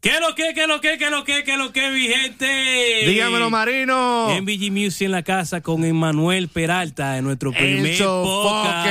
¿Qué lo que, qué lo que, qué lo que, qué lo que, mi gente? Dígamelo, Marino. MVG Music en la casa con Emanuel Peralta en nuestro primer El sofoque. podcast.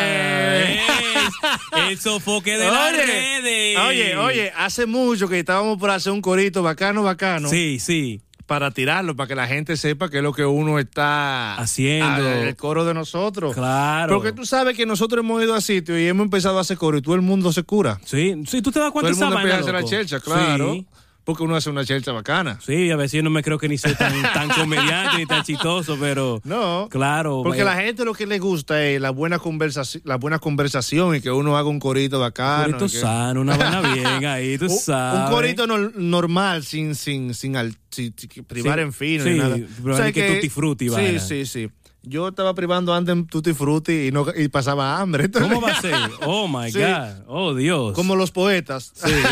Es el sofoque de las redes. oye, oye, hace mucho que estábamos por hacer un corito bacano, bacano, Sí, sí. para tirarlo, para que la gente sepa qué es lo que uno está Haciendo. Ah, el coro de nosotros. Claro. Porque tú sabes que nosotros hemos ido a sitios y hemos empezado a hacer coro y todo el mundo se cura. Sí, sí, tú te das Todo cuenta de el esa mundo vaina, empieza a hacer la loco? chelcha, claro. Sí. Porque uno hace una chelcha bacana. Sí, a veces yo no me creo que ni soy tan, tan comediante ni tan chistoso, pero. No. Claro. Porque eh, la gente lo que le gusta es la buena conversación, la buena conversación y que uno haga un corito bacano. corito y que- sano, una vaina bien ahí, tú Un- sabes. Un corito nor- normal, sin, sin, sin, al- sin- sin privar Sí, en fino sí, ni nada. privar en que tutti frutti, Sí, vaina. sí, sí. Yo estaba privando antes en tutti frutti y, no, y pasaba hambre. Entonces, ¿Cómo va a ser? Oh my Sí. God. Oh Dios. Como los poetas. ¿Sabes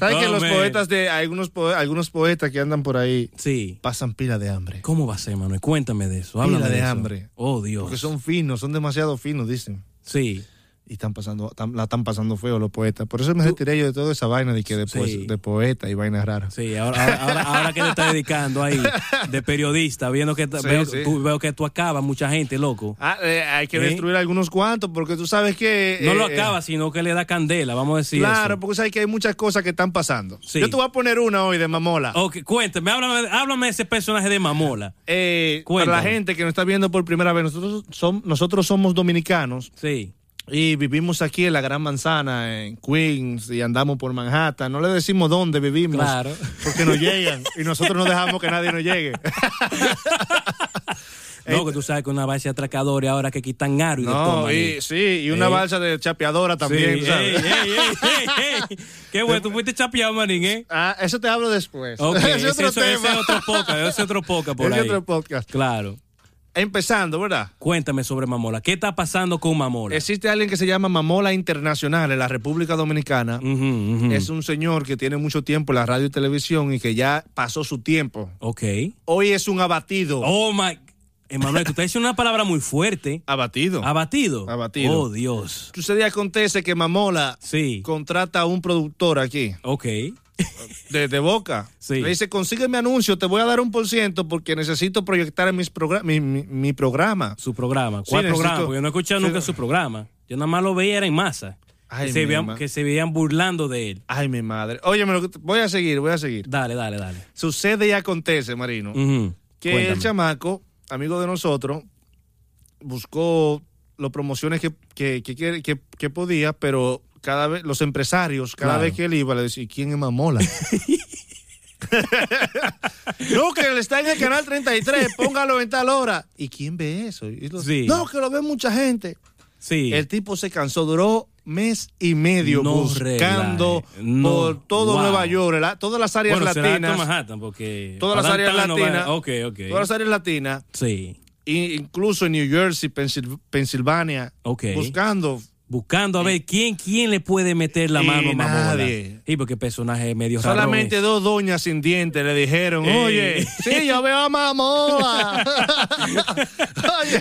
Oh, que los man. poetas de algunos, poe- algunos poetas que andan por ahí Sí. pasan pila de hambre? ¿Cómo va a ser, Manuel? Cuéntame de eso. Pila Háblame de eso. hambre. Oh Dios. Porque son finos, son demasiado finos, dicen. Sí. Y están pasando, tam- la están pasando feo los poetas. Por eso me retiré yo de toda esa vaina de que de, poe- Sí. de poeta y vainas raras. Sí, ahora, ahora, ahora- ahora que te estás dedicando ahí de periodista, viendo que Sí, veo, sí. tú- veo que tú acabas mucha gente, loco. Ah, eh, hay que ¿Eh? destruir algunos cuantos porque tú sabes que... No eh, lo eh, acabas, sino que le da candela, vamos a decir Claro, eso. porque sabes que hay muchas cosas que están pasando. Sí. Oh, Yo te voy a poner una hoy de mamola. Ok, cuéntame, háblame, háblame de ese personaje de Mamola. Eh, para Cuéntame. la gente que nos está viendo por primera vez, nosotros, som- nosotros somos dominicanos Sí. y vivimos aquí en la Gran Manzana, en Queens, y andamos por Manhattan. No le decimos dónde vivimos. Claro. Porque nos llegan y nosotros no dejamos que nadie nos llegue. Loco, tú sabes que una base de atracadores ahora que quitan aro y lo No, toman ahí. y, sí, y una Eh. balsa de chapeadora también. Sí, eh, ¿sabes? ey, ey, ey, ey, ey. Qué bueno, tú fuiste chapeado, manín, ¿eh? Ah, eso te hablo después. Ok, Ese ese, eso- ese es otro podcast, ese es otro podcast por Ese ahí. otro podcast. Claro. Empezando, ¿verdad? Cuéntame sobre Mamola. ¿Qué está pasando con Mamola? Existe alguien que se llama Mamola Internacional en la República Dominicana. Ujú, ujú. Es un señor que tiene mucho tiempo en la radio y televisión y que ya pasó su tiempo. Ok. Hoy es un abatido. Oh, my... Emanuel, tú estás diciendo una palabra muy fuerte. Abatido. Ah. Abatido. Abatido. Oh, Dios. Sucede y acontece que Mamola Sí. contrata a un productor aquí, Ok. de, de Boca. Sí. Le dice, consígueme anuncio, te voy a dar un por ciento porque necesito proyectar mis progra- mi, mi- mi programa. Su programa. Sí, ¿Cuál necesito- programa? Porque yo no he escuchado Sí. nunca su programa. Yo nada más lo veía era en masa. Ay, que, se mi veían, ma- que se veían burlando de él. Ay, mi madre. Oye, voy a seguir, voy a seguir. Dale, dale, dale. Sucede y acontece, Marino. Ujú. que Cuéntame. el chamaco, amigo de nosotros, buscó las promociones que, que, que, quiere- que- que podía, pero cada vez, los empresarios, cada Claro. vez que él iba, le decían, ¿quién es Mamola? no, que él está en el canal 33, póngalo en tal hora. ¿Y quién ve eso? Y lo- Sí. No, que lo ve mucha gente. Sí. El tipo se cansó, duró mes y medio No buscando relaje, no. por todo Wow. Nueva York, la- todas las áreas bueno, será latinas. Alto Manhattan, porque. Todas las áreas Downtown no va- latinas. Ok, ok. Todas las áreas latinas. Sí. i- incluso en New Jersey, Pensil- Pensilvania, Ok. buscando. Buscando a ver quién, quién le puede meter la Y mano a Mamola. nadie. Y porque personaje medio raro. Solamente dos doñas sin dientes le dijeron, Eh. oye, sí, yo veo a Mamola. Oye.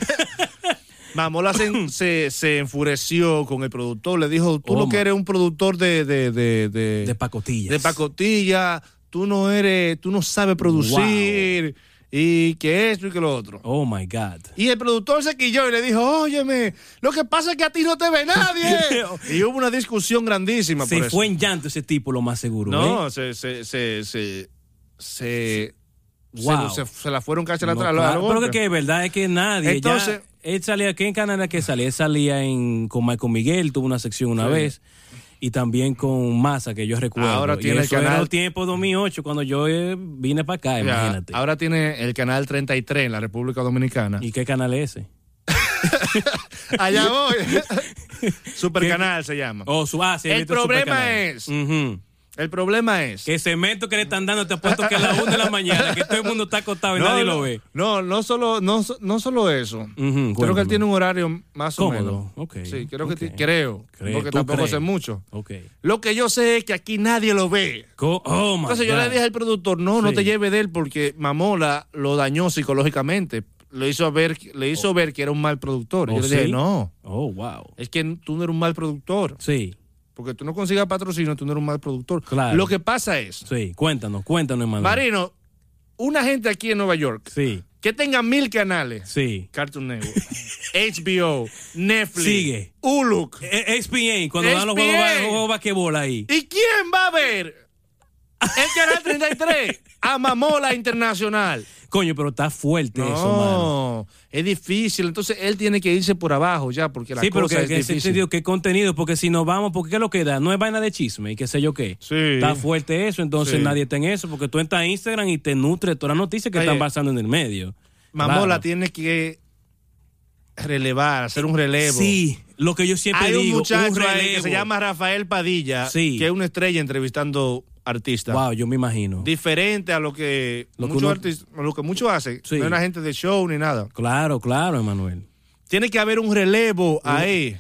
Mamola se, se- se enfureció con el productor, le dijo, tú Oh, lo que ma- eres un productor de, de, de, de- De pacotillas. de pacotilla, tú no eres, tú no sabes producir, y que esto y que lo otro. Oh my God. Y el productor se quilló y le dijo, óyeme, lo que pasa es que a ti no te ve nadie. y hubo una discusión grandísima Se por eso. fue en llanto ese tipo, lo más seguro. ¿eh? No, se, se, se, se, se, Wow. se, se- se la fueron casi No, atrás a los- a claro, los pero que, golpes. que es verdad es que nadie. Entonces- ya, él salía aquí en Canadá que salía. Él salía en, con Michael Miguel, tuvo una sección una Sí. vez. Y también con Massa, que yo recuerdo. Ahora Y tiene el eso era canal- el tiempo 2008, cuando yo eh, vine para acá, Ya, imagínate. ahora tiene el canal 33 en la República Dominicana. ¿Y qué canal es ese? Allá voy. Supercanal se llama. Oh, su, ah, sí, he El visto su problema canal. es- Ujú. El problema es... que el cemento que le están dando, te apuesto que a las 1 de la mañana, que todo el mundo está acostado y nadie lo ve. No, no solo, no, so- no solo eso. creo que cuéntame. él tiene un horario más Cómodo, o menos. ok, Sí, creo que ok. ti- creo. Cree- porque tú tampoco crees. sé mucho. Ok. Lo que yo sé es que aquí nadie lo ve. Co- oh, my Entonces yo God. le dije al productor, no, no Sí. te lleve de él porque Mamola lo dañó psicológicamente. Le hizo ver, le hizo ver que era un mal productor. Oh, yo le dije, ¿sí? no, Oh, wow. es que tú no eres un mal productor. Sí. Porque tú no consigas patrocinio, tú no eres un mal productor. Claro. Lo que pasa es, Sí, cuéntanos, cuéntanos, hermano. Marino, una gente aquí en Nueva York Sí, que tenga mil canales, sí. Cartoon Network, HBO, Netflix, Sigue. Hulu, E- ESPN, cuando dan los juegos, ESPN. ba- los juegos de basquetbol ahí. ¿Y quién va a ver el canal 33? A Mamola Internacional. Coño, pero está fuerte eso, mano. No, es difícil. Entonces él tiene que irse por abajo ya, porque la Sí, pero cosa que, es que ese difícil. sentido, qué contenido, porque si nos vamos, porque qué lo que da, no es vaina de chisme y qué sé yo qué. Sí. Está fuerte eso, entonces Sí. nadie está en eso, porque tú entras a Instagram y te nutre todas las noticias que Oye, están pasando en el medio. Mamola Claro. tiene que relevar, hacer un relevo. Sí, lo que yo siempre Hay un digo, muchacho un ahí que relevo. se llama Rafael Padilla, Sí. que es una estrella entrevistando artistas. Wow, yo me imagino. Diferente a lo que Lo que muchos uno- artistas, a lo que muchos hacen. Sí. No es una gente de show ni nada. Claro, claro, Emanuel. Tiene que haber un relevo ahí.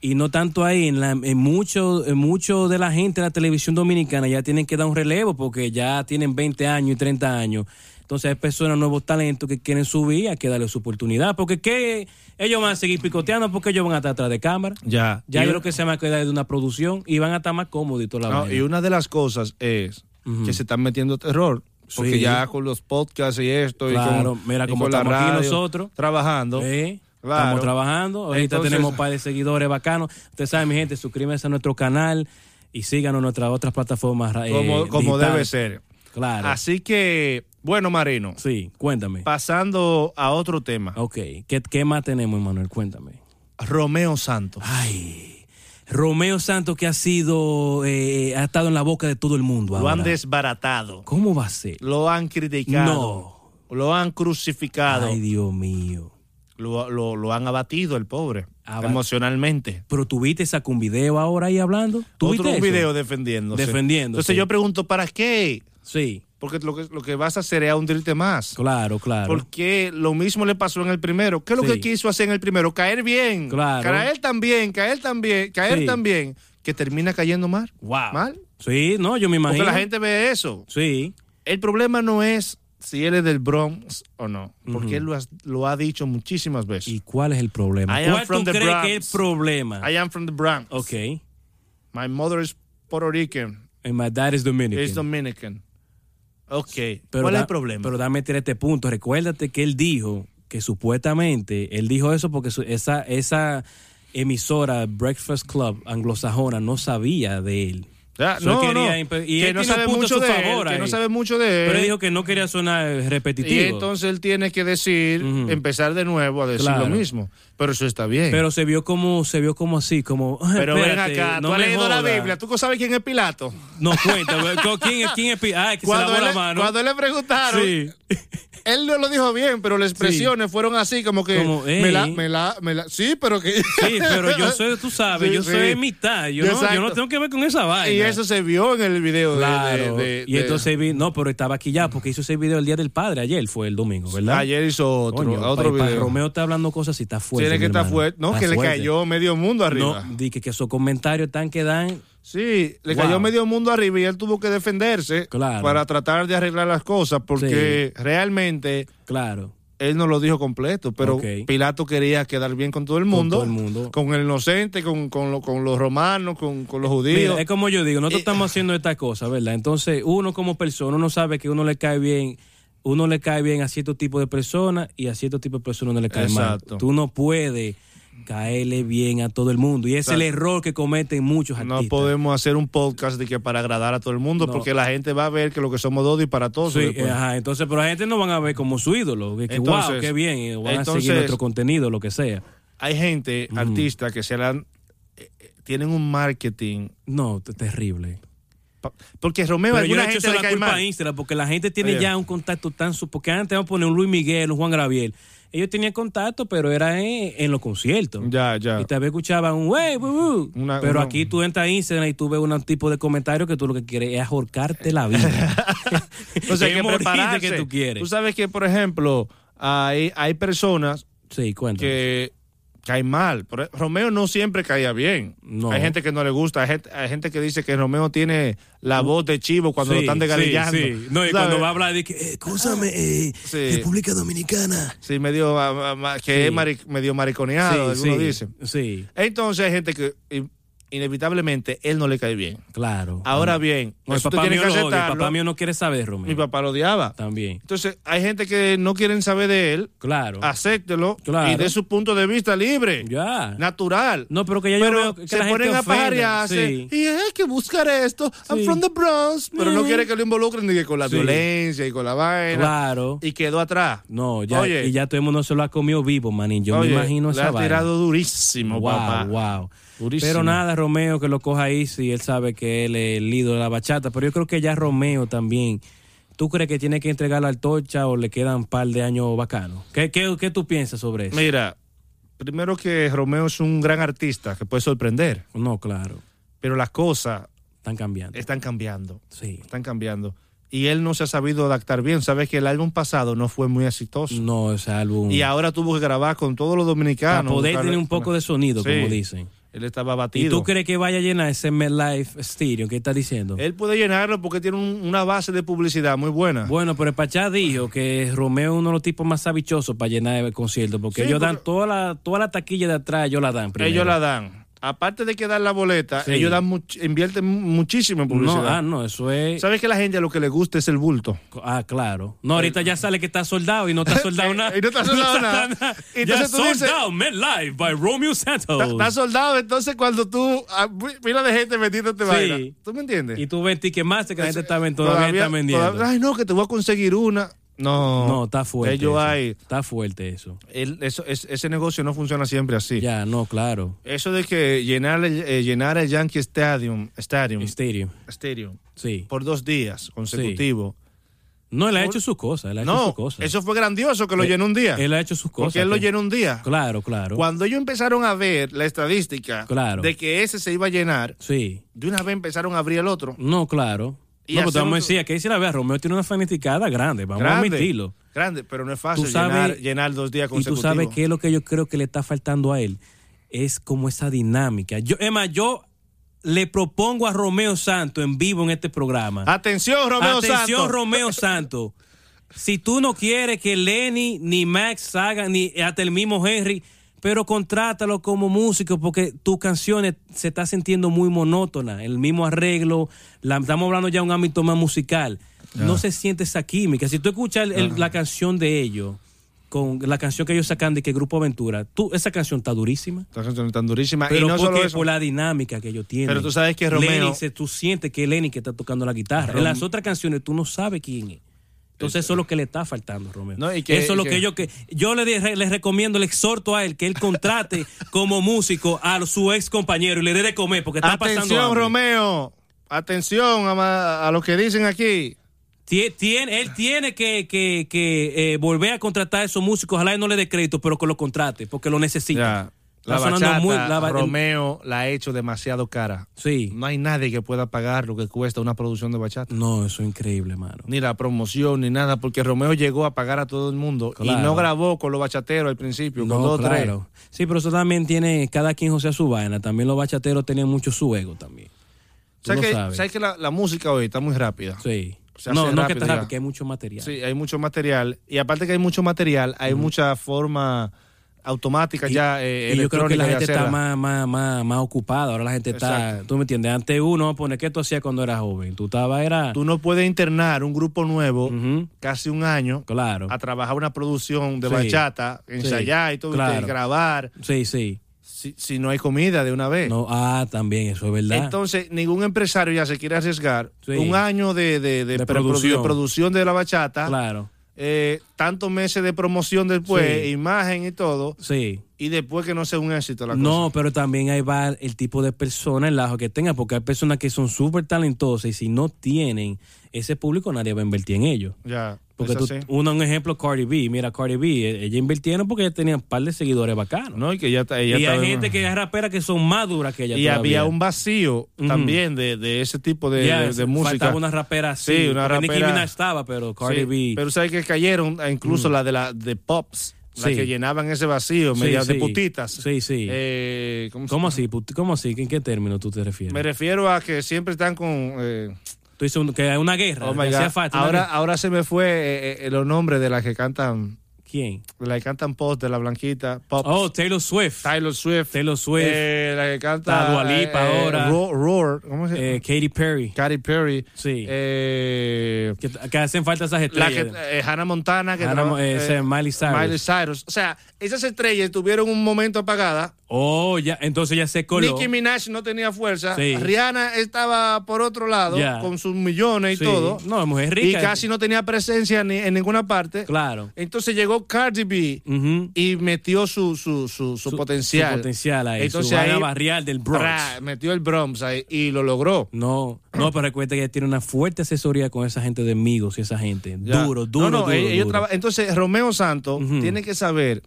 Y no tanto ahí, en, la, en mucho, en mucho de la gente de la televisión dominicana ya tienen que dar un relevo porque ya tienen 20 años y 30 años. Entonces hay personas, nuevos talentos que quieren subir, hay que darles su oportunidad. Porque ¿qué? ellos van a seguir picoteando porque ellos van a estar atrás de cámara. Ya. Ya Y yo un- creo que se van a quedar de una producción y van a estar más cómodos y toda la No, vaina. y una de las cosas es que se están metiendo terror. Porque Sí. ya con los podcasts y esto Claro, y con, mira y cómo con la estamos aquí radio, nosotros. trabajando. Eh, Claro. Estamos trabajando. Ahorita Entonces- tenemos un par de seguidores bacanos. Ustedes saben, mi gente, suscríbanse a nuestro canal y síganos en nuestras otras plataformas. eh, como como digitales. debe ser. Claro. Así que, bueno, Marino, Sí, cuéntame. pasando a otro tema. ok, ¿Qué, qué más tenemos, Emanuel? Cuéntame. Romeo Santos. Ah, Ay, Romeo Santos que ha sido, eh, ha estado en la boca de todo el mundo Lo ahora. han desbaratado. ¿Cómo va a ser? Lo han criticado. Lo han crucificado. Ay, Dios mío. Lo, lo- lo han abatido el pobre. Aba- emocionalmente. Pero tuviste sacó un video ahora ahí hablando. ¿Tuviste Otro eso? un video defendiéndose. Defendiéndose. Entonces yo pregunto, ¿para qué? Sí, Porque lo que, lo que vas a hacer es hundirte más. claro, claro. Porque lo mismo le pasó en el primero. ¿Qué es lo Sí. que quiso hacer en el primero? Caer bien. Claro. Caer también, caer también, caer Sí. también. Que termina cayendo mal. Wow. Mal. Sí, no, yo me imagino. Porque la gente ve eso. Sí, El problema no es si él es del Bronx o no. Porque él lo, has- lo ha dicho muchísimas veces. ¿y cuál es el problema? I am ¿Cuál from tú the crees Bronx. que es el problema? I am from the Bronx. Ok, My mother is Puerto Rican. and my dad is Dominican. Is Dominican. Ok. Pero ¿Cuál es da- el problema? Pero dame tirar este punto. Recuérdate que él dijo que supuestamente, él dijo eso porque su- esa, esa emisora, Breakfast Club anglosajona, no sabía de él. O sea, So, no, él no. quería imp- y que él tiene no un sabe punto a mucho su de él, favor que no ahí. sabe mucho de él. Pero él dijo que no quería sonar eh, repetitivo. Eh, Y entonces él tiene que decir, Ujú. empezar de nuevo a decir Claro. lo mismo. Pero eso está bien. pero se vio como, se vio como así, como. "Ay, Pero espérate, ven acá, no tú has me leído la jodas". Biblia, tú sabes quién es Pilato. No cuenta, güey. ¿quién, quién es? Pi- Ay, que se Cuando lavó él, la le- mano. cuando le preguntaron, Sí. él no lo dijo bien, pero las expresiones fueron así como que Como, me la, "Ey". me la, me la, sí, pero que Sí, pero yo soy, tú sabes, Sí, yo sí. soy mitad. Yo no, yo Exacto. no tengo que ver con esa y vaina. eso se vio en el video de- Claro. de, de- y de- entonces vi, no, pero estaba aquí ya porque hizo ese video el día del padre, ayer fue el domingo, ¿verdad? ayer hizo otro, Coño, otro pa- pa- video. Romeo está hablando cosas y está fuerte. Tiene mi que estar hermano. fuerte, no, Está que le fuerte. cayó medio mundo arriba. No, di que, que esos comentarios tan que dan. Sí, le Wow. cayó medio mundo arriba y él tuvo que defenderse Claro. para tratar de arreglar las cosas porque realmente Claro. él no lo dijo completo, pero Ok. Pilato quería quedar bien con todo el mundo, todo el mundo. con el inocente, con, con lo- con los romanos, con, con los judíos. Eh, Mira, es como yo digo, Eh, nosotros estamos haciendo esta cosa, ¿verdad? Entonces, uno como persona, uno sabe que uno le cae bien, uno le cae bien a cierto tipo de personas y a cierto tipo de personas no le cae Exacto. mal. Tú no puedes caerle bien a todo el mundo. Y es el error que cometen muchos no artistas. podemos hacer un podcast de que para agradar a todo el mundo No. porque la gente va a ver que lo que somos dos disparatosos. Sí, después. eh, ajá, entonces, pero la gente no van a ver como su ídolo. Que, que, pues. Entonces- wow, qué bien. eh, Van a seguir entonces- nuestro contenido, lo que sea. Hay gente, artistas, que se la han- eh, eh, tienen un marketing. No, t- terrible. pa- Porque Romeo, Pero yo alguna le echo gente eso le la cae culpa mal. a Instagram porque la gente tiene Oye. ya un contacto tan su porque antes vamos a poner un Luis Miguel, un Juan Gabriel. Ellos tenían contacto, pero era en, en los conciertos. Ya, ya. Y tal vez escuchaban un wey, wey, wey". Una- pero una- aquí tú entras a Instagram y tú ves un tipo de comentario que tú lo que quieres es ahorcarte la vida. Entonces hay Es que morirte prepararse. que tú quieres. sabes que, por ejemplo, hay, hay personas Sí, cuéntame. que caen mal. Por e- Romeo no siempre caía bien. No. Hay gente que no le gusta. Hay gente, hay gente que dice que Romeo tiene la voz de chivo Sí, cuando lo están sí, desgalillando. sí. No, y ¿Sabes? cuando va a hablar, dice, eh, escúchame, eh, Sí. República Dominicana. Sí, medio, ah, ah, ah, que es mari- medio mariconeado, sí, algunos sí, dicen. sí. Entonces hay gente que... y- inevitablemente él no le cae bien. Claro. Ahora Ah. bien, No, el eso tú papá tienes mío lo que odia, el aceptarlo. papá mío no quiere saber, Romeo. Mi papá lo odiaba. También. Entonces, hay gente que no quieren saber de él, Claro. Ah, acéptelo Claro. y de su punto de vista libre, Ya. natural. No, pero que ya yo veo pero que se la gente ponen a ofende. pajarearse Sí. y hay que buscar esto. I'm Sí. from the Bronx. Pero no Mm. quiere que lo involucren ni que con la Sí. violencia y con la vaina. Claro. Y quedó atrás. No, ya, Oye. y ya todo el mundo se lo ha comido vivo, manín. Yo Oye, me imagino le esa ha vaina. tirado durísimo, wow, papá. wow. Durísimo. Pero nada, Romeo que lo coja ahí si él sabe que él es el ídolo de la bachata. Pero yo creo que ya Romeo también. ¿Tú crees que tiene que entregar la antorcha o le quedan un par de años bacanos? ¿Qué, qué, qué tú piensas sobre eso? Mira, primero que Romeo es un gran artista que puede sorprender, No, claro. pero las cosas Están cambiando. están cambiando. Sí. Están cambiando. Y él no se ha sabido adaptar bien. Sabes que el álbum pasado no fue muy exitoso. No, ese álbum. Y ahora tuvo que grabar con todos los dominicanos. Mm. para poder buscarle- tener un poco de sonido, Sí. como dicen. Él estaba ¿Y batido. tú crees que vaya a llenar ese MetLife Stadium? ¿Qué estás diciendo? Él puede llenarlo porque tiene un- una base de publicidad muy buena. Bueno, pero el Pachá dijo que Romeo es uno de los tipos más sabichosos para llenar el concierto, porque Sí, ellos dan porque- toda la, toda la taquilla de atrás, ellos la dan primero. ellos la dan. Aparte de que dan la boleta, Sí. ellos dan much- invierten mu- muchísimo en No, publicidad. ah, no, eso es... ¿Sabes que a la gente lo que le gusta es el bulto? Ah, claro. No, ahorita ya sale que está soldado y no está soldado Y- nada. y no está soldado nada. Y Ya entonces tú dices- soldado, MetLife by Romeo Santos. Está, está soldado, entonces cuando tú. ah, mi- Mira de gente metiéndote Sí. vaina. ¿Tú me entiendes? Y tú ves Ticketmaster que la gente Eso- está ven- todavía, está vendiendo. todavía- ay, no, que te voy a conseguir una. No. no, está fuerte. Ellos eso. hay. Está fuerte eso. el- eso- es- ese negocio no funciona siempre así. Ya, no, claro. Eso de que llenar el, eh, llenar el Yankee Stadium, Stadium, Stadium, Stadium sí. por dos días consecutivos. No, él ha hecho sus cosas, él ha hecho sus No, cosas. eso fue grandioso que lo Eh, llenó un día. Él ha hecho sus cosas. porque él lo que- llenó un día. Claro, claro. Cuando ellos empezaron a ver la estadística Claro. de que ese se iba a llenar, Sí. de una vez empezaron a abrir el otro. No, claro. Y no, pero te hacer vamos a otro- decir, que dice la verdad, Romeo tiene una fanaticada grande, vamos a admitirlo. Grande, pero no es fácil Tú sabes- llenar, llenar dos días Y tú consecutivos. sabes que lo que yo creo que le está faltando a él es como esa dinámica. Yo, Emma, yo le propongo a Romeo Santo en vivo en este programa. Atención, Romeo Atención, Santos. Romeo Santo. Si tú no quieres que Lenny, ni Max hagan, ni hasta el mismo Henry, pero contrátalo como músico porque tus canciones se está sintiendo muy monótona, el mismo arreglo, la- estamos hablando ya de un ámbito más musical. No se siente esa química. Si tú escuchas el- el- la canción de ellos, con la canción que ellos sacan de que Grupo Aventura, tú, esa canción está durísima. Esta canción es tan durísima. Pero Ah, y no solo porque eso. por la dinámica que ellos tienen. Pero tú sabes que Romeo- Lenny, se- tú sientes que Lenny que está tocando la guitarra. En las otras canciones tú no sabes quién es. Entonces eso es lo que le está faltando, Romeo. No, y que- eso es lo y que, que- yo que yo le, de- le recomiendo, le exhorto a él que él contrate como músico a su ex compañero y le dé de comer porque está pasando. Atención, hambre. Romeo. Atención a, ma- a lo que dicen aquí. Tie- tiene- él tiene que, que- que, eh, volver a contratar a esos músicos. Ojalá él no le dé crédito, pero que lo contrate porque lo necesita. Ya, La Está sonando bachata, muy- la ba- Romeo la ha hecho demasiado cara. Sí. No hay nadie que pueda pagar lo que cuesta una producción de bachata. No, eso es increíble, mano. Ni la promoción, ni nada, porque Romeo llegó a pagar a todo el mundo. Y Claro. no grabó con los bachateros al principio, No, con dos o tres. claro. Sí, pero eso también tiene, cada quien José su vaina. También los bachateros tienen mucho su ego también. Tú ¿Sabes lo que, sabes. sabes que la, la música hoy está muy rápida? Sí. Se hace no, no que rápido está ya. rápido, que hay mucho material. Sí, hay mucho material. Y aparte que hay mucho material, hay mucha forma automática ya eh, y yo creo que electrónica la de gente está hacerla. más, más, más, más ocupada. Ahora la gente está, Exacto. tú me entiendes, antes uno, vamos a poner, ¿qué tú hacías cuando eras joven? Tú estabas, era... Tú no puedes internar un grupo nuevo Ujú. casi un año Claro. a trabajar una producción de Sí. bachata, ensayar y todo, Claro. y grabar, Sí, sí. si, si no hay comida de una vez. No, ah, también, eso es verdad. Entonces, ningún empresario ya se quiere arriesgar Sí. un año de, de, de De pre- producción. de producción de la bachata, claro. eh, tantos meses de promoción después, e Sí. imagen y todo, Sí. y después que no sea un éxito la cosa. No, pero también ahí va el tipo de persona, el ajo que tenga, porque hay personas que son súper talentosas y si no tienen ese público, nadie va a invertir en ellos. Ya, Porque es tú, así. uno, un ejemplo, Cardi B. Mira, Cardi B, e- ella invirtieron porque ella tenía un par de seguidores bacanos. No, y que ya está- ella y hay estaba- gente que es rapera que son más duras que ella. y todavía. había un vacío también de, de ese tipo de, Ya, de- de música. Faltaba una rapera así. Sí, una porque Nicki rapera- Minaj estaba, pero Cardi Sí, B. Mm. Pero sabes que cayeron eh, incluso la de la de Pops, la Sí. que llenaban ese vacío, Sí, mediante sí. putitas. Sí, sí. Eh, ¿cómo se- ¿Cómo así? put- ¿Cómo así? ¿En qué término tú te refieres? Me refiero a que siempre están con. eh, Tú dices un- que hay una guerra. oh my que hacía God. falta una Ahora, guerra. ahora se me fue eh, eh, los nombres de las que cantan. ¿Quién? La que canta en Post de la Blanquita. Pop. Oh, Taylor Swift. Taylor Swift. Taylor Swift. Eh, la que canta. La Dua Lipa eh, ahora. Ro- Roar. ¿Cómo se llama? eh, Katy Perry. Katy Perry. Sí. Eh, que, que hacen falta esas la que, estrellas. eh, Hannah Montana. Que Hannah traba- Mo- eh, sí, Miley Cyrus. Miley Cyrus. O sea, esas estrellas tuvieron un momento apagada. Oh, ya, entonces ya se coló. Nicki Minaj no tenía fuerza. Sí. Rihanna estaba por otro lado, Ya. con sus millones y Sí. todo. No, la mujer es y rica. casi no tenía presencia ni, en ninguna parte. Claro. Entonces llegó Cardi B Ujú. y metió su, su, su, su Su- potencial. su potencial ahí, Entonces su vaina ahí, barrial del Bronx. ra, metió el Bronx ahí y lo logró. No, no, pero recuerda que ella tiene una fuerte asesoría con esa gente de amigos y esa gente. Ya. Duro, duro, No, no, duro, ellos- ellos duro. traba- Entonces Romeo Santos Ujú. tiene que saber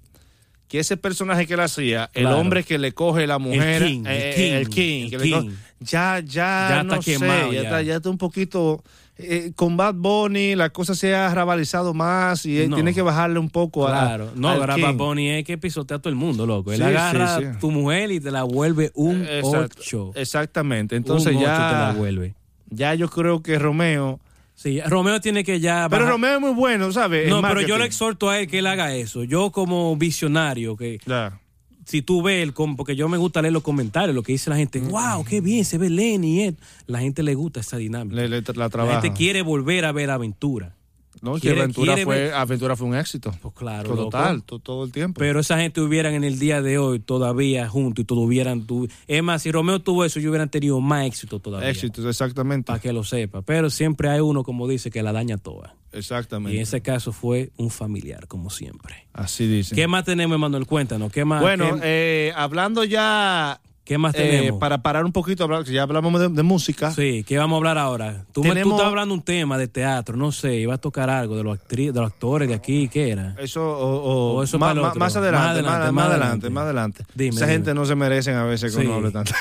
que ese personaje que él hacía, el Claro. hombre que le coge la mujer, king, el eh, king, el king, el que le coge- king. ya, ya, Ya no está sé, quemado, ya, ya. Está, ya está un poquito eh, con Bad Bunny, la cosa se ha rabalizado más y él No. tiene que bajarle un poco. a- Claro, no, al ahora king. Bad Bunny es que pisotea a todo el mundo, loco. Él Sí, agarra sí, sí. tu mujer y te la vuelve un Exact- ocho. Eh, Exactamente. Entonces Un ocho te la ya, vuelve. ya yo creo que Romeo. Sí, Romeo tiene que ya. Pero bajar- Romeo es muy bueno, ¿sabes? No, En pero yo marketing. le exhorto a él que él haga eso. Yo, como visionario, que Ya. si tú ves, el com- porque yo me gusta leer los comentarios, lo que dice la gente, wow, qué bien, se ve Lenny. eh". La gente le gusta esa dinámica. Le, le- la la trabaja. gente quiere volver a ver aventura. No, que quiere- Aventura, quiere fue, ver- Aventura fue un éxito. Pues claro, loco. Total, to- todo el tiempo. Pero esa gente hubieran en el día de hoy todavía juntos y todo hubieran. tu- Es más, si Romeo tuvo eso, yo hubieran tenido más éxito todavía. Éxitos, exactamente. Para que lo sepa. Pero siempre hay uno, como dice, que la daña toda. Y en Exactamente. ese caso fue un familiar, como siempre. Así dicen. ¿Qué más tenemos, Manuel? Cuéntanos. ¿Qué más, bueno, qué, eh, hablando ya. qué más eh, tenemos? para parar un poquito, hablar- que ya hablamos de, de música. Sí, ¿qué vamos a hablar ahora? Tú, me- tú Tenemos- estás hablando un tema de teatro, no sé, iba a tocar algo de los, actri- de los actores de aquí, ¿qué era? Eso, o, o- O eso ma- para el ma- otro. más, adelante, más adelante, más, adelante, más adelante. Dime, Esa dime. gente no se merecen a veces que Sí. Pues uno hable tanto.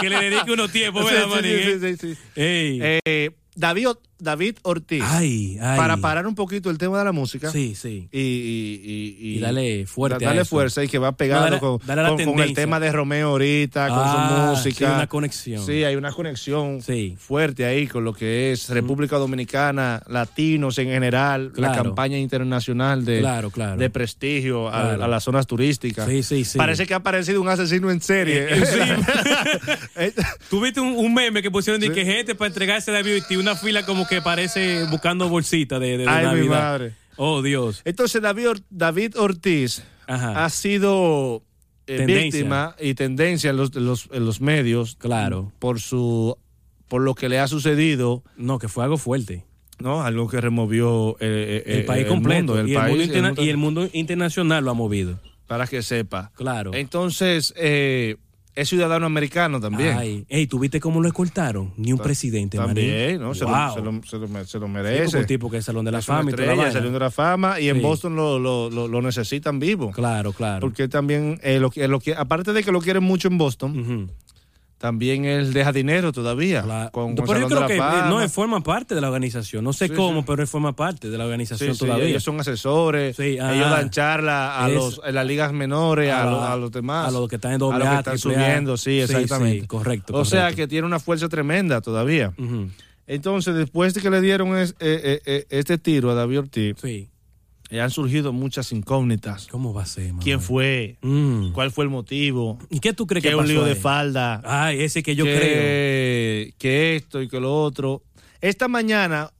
que le dedique uno tiempo, Sí, ¿verdad, sí, Manny? sí, sí, sí. Ey. Eh, David, O- David Ortiz, ay, ay. para parar un poquito el tema de la música Sí, sí. y, y, y- Y dale fuerte dale a eso. fuerza y que va pegado Dale- con, dale a la con- con el tendencia. tema de Romeo ahorita, con Ah, su música. sí, una conexión. Sí, ah, hay una conexión Sí. Mm. fuerte ahí con lo que es República Dominicana, latinos en general, la Claro. campaña internacional de, Claro, claro. de prestigio a, Claro. a las zonas turísticas. Sí, sí, sí. Parece que ha aparecido un asesino en serie. Eh, Tuviste un, un meme que pusieron de que gente para entregarse a David y una fila como que parece buscando bolsita de, de- de Ay, Navidad. mi madre. Oh, Dios. Entonces David, Or- David Ortiz Ajá. ha sido eh, Ah. Tendencia. víctima y tendencia en los, en los- en los medios Claro. por su por lo que le ha sucedido, No, que fue algo fuerte. ¿no? Algo que removió eh, eh, eh, El país completo. mundo, el y, el país, mundo el interna- mundo- y el mundo internacional lo ha movido. para que sepa. Claro. Entonces, eh, es ciudadano americano también. Ay, ey, ¿tú viste cómo lo escoltaron? Ni un presidente, también, Marín. ¿no? Se, Wow. lo, se, lo, se lo me- se lo Sí, como merece. un tipo que es Salón de la Es una Fama y toda la estrella, vaina. salió de la fama y en Sí. Boston lo, lo, lo- lo necesitan vivo. Claro, claro. Porque también, eh, lo, que- lo que, aparte de que lo quieren mucho en Boston, Ujú. también él deja dinero todavía. Claro. Con, con pero yo Salón de creo la que eh, Fama. no, él forma parte de la organización. No sé Sí, cómo, sí. pero él forma parte de la organización Sí, sí, todavía. ellos son asesores, Sí, ah. ellos dan charla a, Es- los, a las ligas menores, a, A la- los, a los demás. Ah, a los que están en A los doble A, que están triple A. subiendo, sí, Sí, exactamente. sí, correcto, O sea correcto. que tiene una fuerza tremenda todavía. Ujú. Entonces, después de que le dieron es- eh, eh, eh, este tiro a David Ortiz, Sí. ya han surgido muchas incógnitas. ¿Cómo va a ser, mano? ¿Quién fue? Mm. ¿Cuál fue el motivo? ¿Y qué tú crees ¿Qué que un pasó lío de ahí? falda? Ay, ese que yo creo. que, que esto y que lo otro. Esta mañana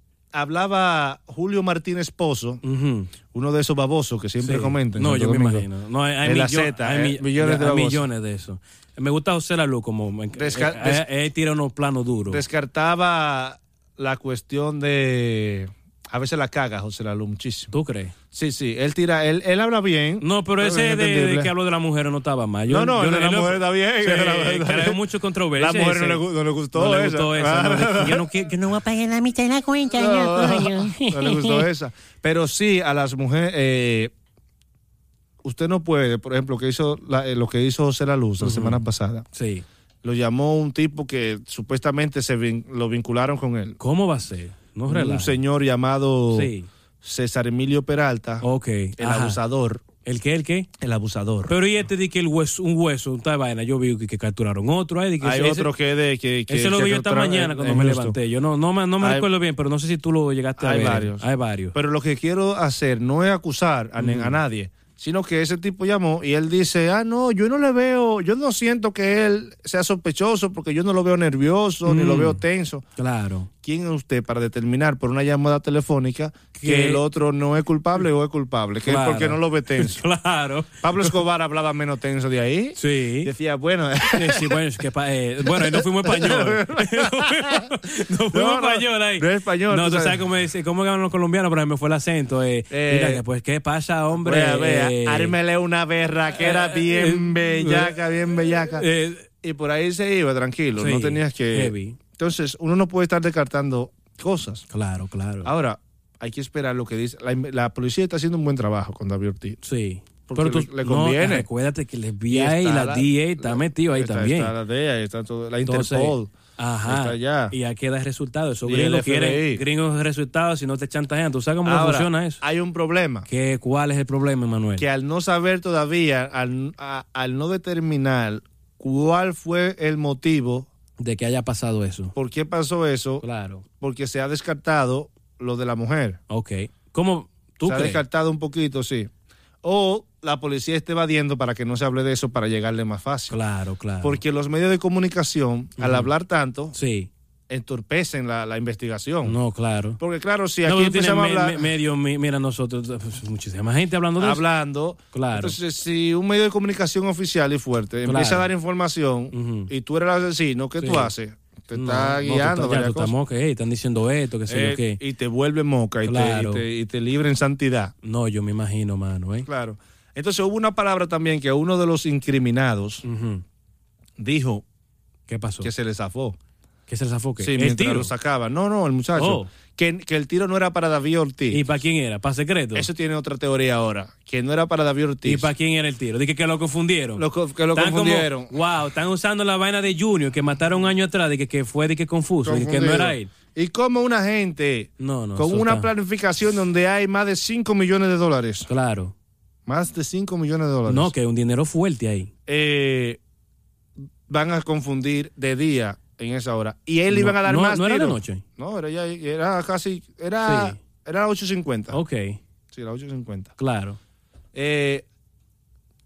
hablaba Julio Martínez Pozo, Ujú. uno de esos babosos que siempre Sí. comentan. No, Santo yo me Domingo. imagino. No, hay, hay En la millo- Zeta, hay eh, mi- millones de hay babosas. millones de eso. Me gusta José Lalu como me- Desca- eh, des- eh, eh, tira unos planos duros. Descartaba la cuestión de. A veces la caga José Lalu muchísimo. ¿Tú crees? Sí, sí, él tira, él, él habla bien. No, pero Todo ese es de, de entendible. que habló de la mujer no estaba mal. Yo- no, no, yo el de la él lo- mujer está bien. Sí, el de la mujer está que hay bien. mucha controversia. La mujer no ese. le, gu- no le gustó No le esa. gustó esa, no, dijo, yo no quiero- yo no voy a pagar Pagué la mitad de la cuenta, No, no, coño. no le gustó esa. Pero sí, a las mujeres. eh, usted no puede, por ejemplo, que hizo la- eh, lo que hizo José La Luz la semana pasada. Sí. Lo llamó un tipo que supuestamente se vin- lo vincularon con él. ¿Cómo va a ser? No relaja. Un señor llamado Sí. César Emilio Peralta, Ok. el ajá. abusador. ¿El qué? ¿El qué? El abusador. Pero y este di que el hueso, un hueso, una vaina. Yo vi que, que capturaron otro. ahí, di que Hay ese- otro que de que, que ese lo que vi yo esta tra- mañana en- cuando en me Houston. levanté. Yo no, no, me- no me Hay- recuerdo bien, pero no sé si tú lo llegaste a Hay ver. varios. Hay varios. Pero lo que quiero hacer no es acusar a, Mm. ne- a nadie, sino que ese tipo llamó y él dice, ah, no, yo no le veo, yo no siento que él sea sospechoso porque yo no lo veo nervioso, ni lo Mm. veo tenso. Claro. ¿Quién es usted para determinar por una llamada telefónica Que- que el otro no es culpable o es culpable? Que Claro. es porque no lo ve tenso. Claro. Pablo Escobar hablaba menos tenso de ahí. Sí. Decía, bueno, Sí, sí, bueno, es que pa- eh, bueno, y no fuimos españoles. no fuimos No, no, españoles ahí. no es español, No, tú tú sabes sabes. cómo, es- cómo ganan los colombianos, pero me fue el acento. Eh, Eh, mira, que, pues, ¿qué pasa, hombre? vea, vea, Eh, ármele una berraquera eh, bien eh, bellaca, bien bellaca. eh, Y por ahí se iba tranquilo, no Sí, tenías que... heavy. Entonces, uno no puede estar descartando cosas. claro, claro. Ahora, hay que esperar lo que dice... La, la policía está haciendo un buen trabajo con David Ortiz. sí. porque le- le conviene. No, recuérdate que el FBI eh, y, está la, DA está la- metido ahí está- también. Está la DEA, está todo- la Entonces, Interpol. Ajá. está allá. Y ya queda el resultado. Esos Y el gringos quieren FBI. gringos resultados si no te chantajean. ¿Tú sabes cómo Ahora, funciona eso? hay un problema. ¿Qué, ¿Cuál es el problema, Manuel? que al no saber todavía, al, a- al no determinar cuál fue el motivo, De que haya pasado eso. por qué pasó eso, Claro. porque se ha descartado lo de la mujer. Ok. ¿Cómo tú se ha crees? descartado un poquito, sí. O la policía está evadiendo para que no se hable de eso para llegarle más fácil. Claro, claro. Porque los medios de comunicación, al hablar tanto, Sí. entorpecen la, la investigación. No, claro. Porque claro, si No, aquí tú tienes empezamos a me- hablar... me- medio, mi- mira, nosotros, pues, muchísima gente hablando de hablando. Claro. Entonces, si un medio de comunicación oficial y fuerte empieza Claro. a dar información Ujú. y tú eres el asesino, ¿qué Sí. tú haces? Te eso. está No, no, tú guiando, estás- ya, varias tú estás cosas. moca, eh, están diciendo esto, que sé Eh, yo qué. Y te vuelve moca y, te- Claro. y te, y te libra en santidad. No, yo me imagino, mano, ¿eh? Claro. Entonces hubo una palabra también que uno de los incriminados Ujú. dijo ¿Qué pasó? que se le zafó. ¿Qué se le zafó? ¿Qué? Sí, ¿El mientras tiro? lo sacaba. No, no, el muchacho. Oh. Que, que el tiro no era para David Ortiz. ¿Y para quién era? ¿Para secreto? Eso tiene otra teoría ahora. Que no era para David Ortiz. ¿Y para quién era el tiro? Dije que lo confundieron. Lo co- que lo Están como, confundieron. wow, están usando la vaina de Junior que mataron un año atrás, de que, que fue de que confuso, de que no era él. Confundido. Y como una gente No, no. con eso una está- planificación donde hay más de 5 millones de dólares. Claro. Más de 5 millones de dólares. No, que un dinero fuerte ahí. Eh, van a confundir de día en esa hora. Y él No, iban a dar no, más no era de tiros. noche. No, era ya, era casi, era, Sí. Oh. era 8.50. Ok, Sí, era 8.50. claro. Eh,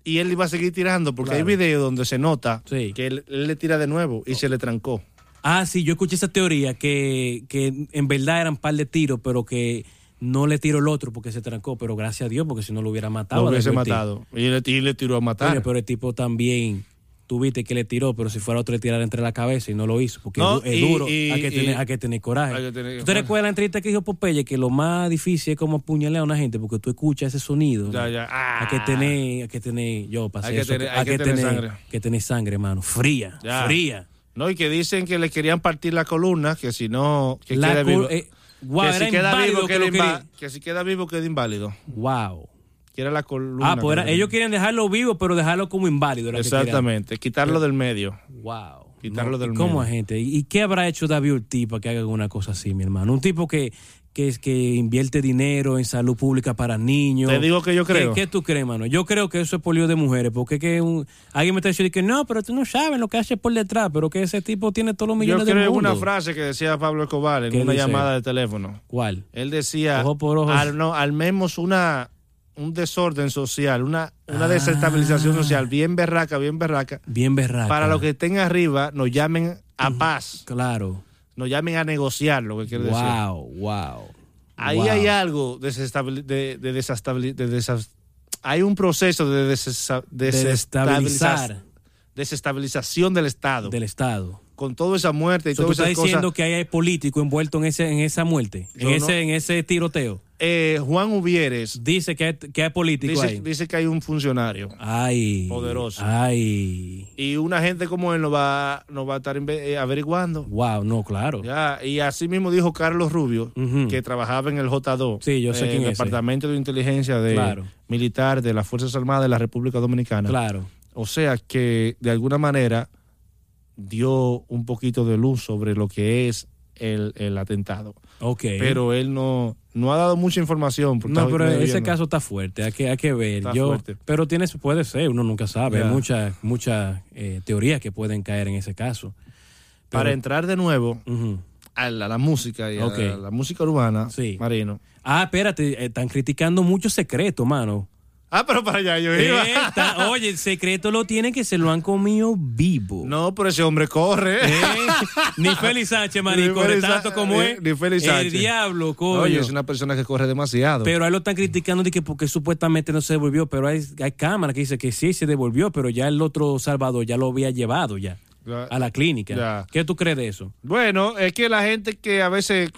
y él iba a seguir tirando porque Claro. hay video donde se nota Sí. Oh. que él, él le tira de nuevo y se le trancó. Ah, sí, yo escuché esa teoría que, que en verdad eran par de tiros, pero que no le tiró el otro porque se trancó, pero gracias a Dios, porque si no lo hubiera matado. Lo hubiese a David Ortiz. matado. Y le, y le tiró a matar. Coño, pero el tipo también, tuviste que le tiró, pero si fuera otro le tirara entre la cabeza y no lo hizo, porque No, es, du- es y- duro, y- hay, que y- tener, hay que tener coraje. hay que tener- ¿Tú te recuerdas la entrevista que dijo Popeye que lo más difícil es como apuñalar a una gente porque tú escuchas ese sonido? Ya, ¿no? ya. Ah. Hay que tener, hay que tener, yo pasé Hay que eso, tener- hay que tener sangre. hay que tener sangre, mano, fría, Ya. fría. No, y que dicen que le querían partir la columna, que si no, que La queda col- vivo. eh, guau, que era si queda inválido vivo, que queda lo inva- querían. que si queda vivo, queda inválido. Wow. Que era la columna. Ah, pues era- que- ellos quieren dejarlo vivo, pero dejarlo como inválido. era que querían. Exactamente, quitarlo del medio. Wow. Quitarlo del ¿y ¿Cómo medio. gente? ¿Y y qué habrá hecho David Ortiz para que haga alguna cosa así, mi hermano? Un tipo que, que, es- que invierte dinero en salud pública para niños. Te digo que yo ¿Qué- creo. ¿Qué, tú crees, mano? Yo creo que eso es polio de mujeres, porque es que un- alguien me está diciendo que no, pero tú no sabes lo que hace por detrás, pero que ese tipo tiene todos los Yo millones de creo en mundo. una frase que decía Pablo Escobar en ¿Qué una dice? llamada de teléfono. ¿Cuál? Él decía, Ojo por ojo. Al, no, al menos una, un desorden social, una, una Ah. desestabilización social bien berraca, bien berraca, Bien berraco. para los que estén arriba nos llamen a paz, Claro. nos llamen a negociar, lo que quiere decir. Wow, wow. Ahí Wow. hay algo desestabil- de, de desestabil- de desas- hay un proceso de, desesa- De desestabilizas- Desestabilizar desestabilización del Estado. del Estado. con toda esa muerte y O sea, tú todas estás esas diciendo cosas. que ahí hay político envuelto en ese en esa muerte, en Yo no- ese en ese tiroteo. Eh, Juan Hubieres Dice que hay, que hay político dice, ahí. dice que hay un funcionario Ay. Poderoso. Ay. y una gente como él nos va, nos va a estar inve- eh, averiguando. Wow, no, claro. Ya, y así mismo dijo Carlos Rubio, Ujú. que trabajaba en el J2, Sí, yo sé eh, quién el es ese. Departamento de Inteligencia de Claro. Militar de las Fuerzas Armadas de la República Dominicana. Claro. O sea que de alguna manera dio un poquito de luz sobre lo que es el, el atentado. Ok. Pero él no, no ha dado mucha información. porque no, está- pero todavía ese no. caso está fuerte, hay que, hay que ver. Está Yo, fuerte. Pero tienes, puede ser, uno nunca sabe. Ya. Hay muchas muchas eh, teorías que pueden caer en ese caso. Para pero- entrar de nuevo Ujú. a la, a la música y a Ok. la, la música urbana, Sí. Marino. Ah, espérate, eh, están criticando mucho secreto, mano. Ah, pero para allá yo iba. Eh, está- oye, el secreto lo tienen que se lo han comido vivo. No, pero ese hombre corre. Eh, Ni Félix Sánchez, Ni marico, de Félix tanto Sa- como eh, es. ni Félix El Sánchez. diablo, coño. Oye, es una persona que corre demasiado. Pero ahí lo están criticando de que porque supuestamente no se devolvió, pero hay, hay cámaras que dice que sí se devolvió, pero ya el otro Salvador ya lo había llevado ya Ya. a la clínica. Ya. ¿Qué tú crees de eso? Bueno, es que la gente que a veces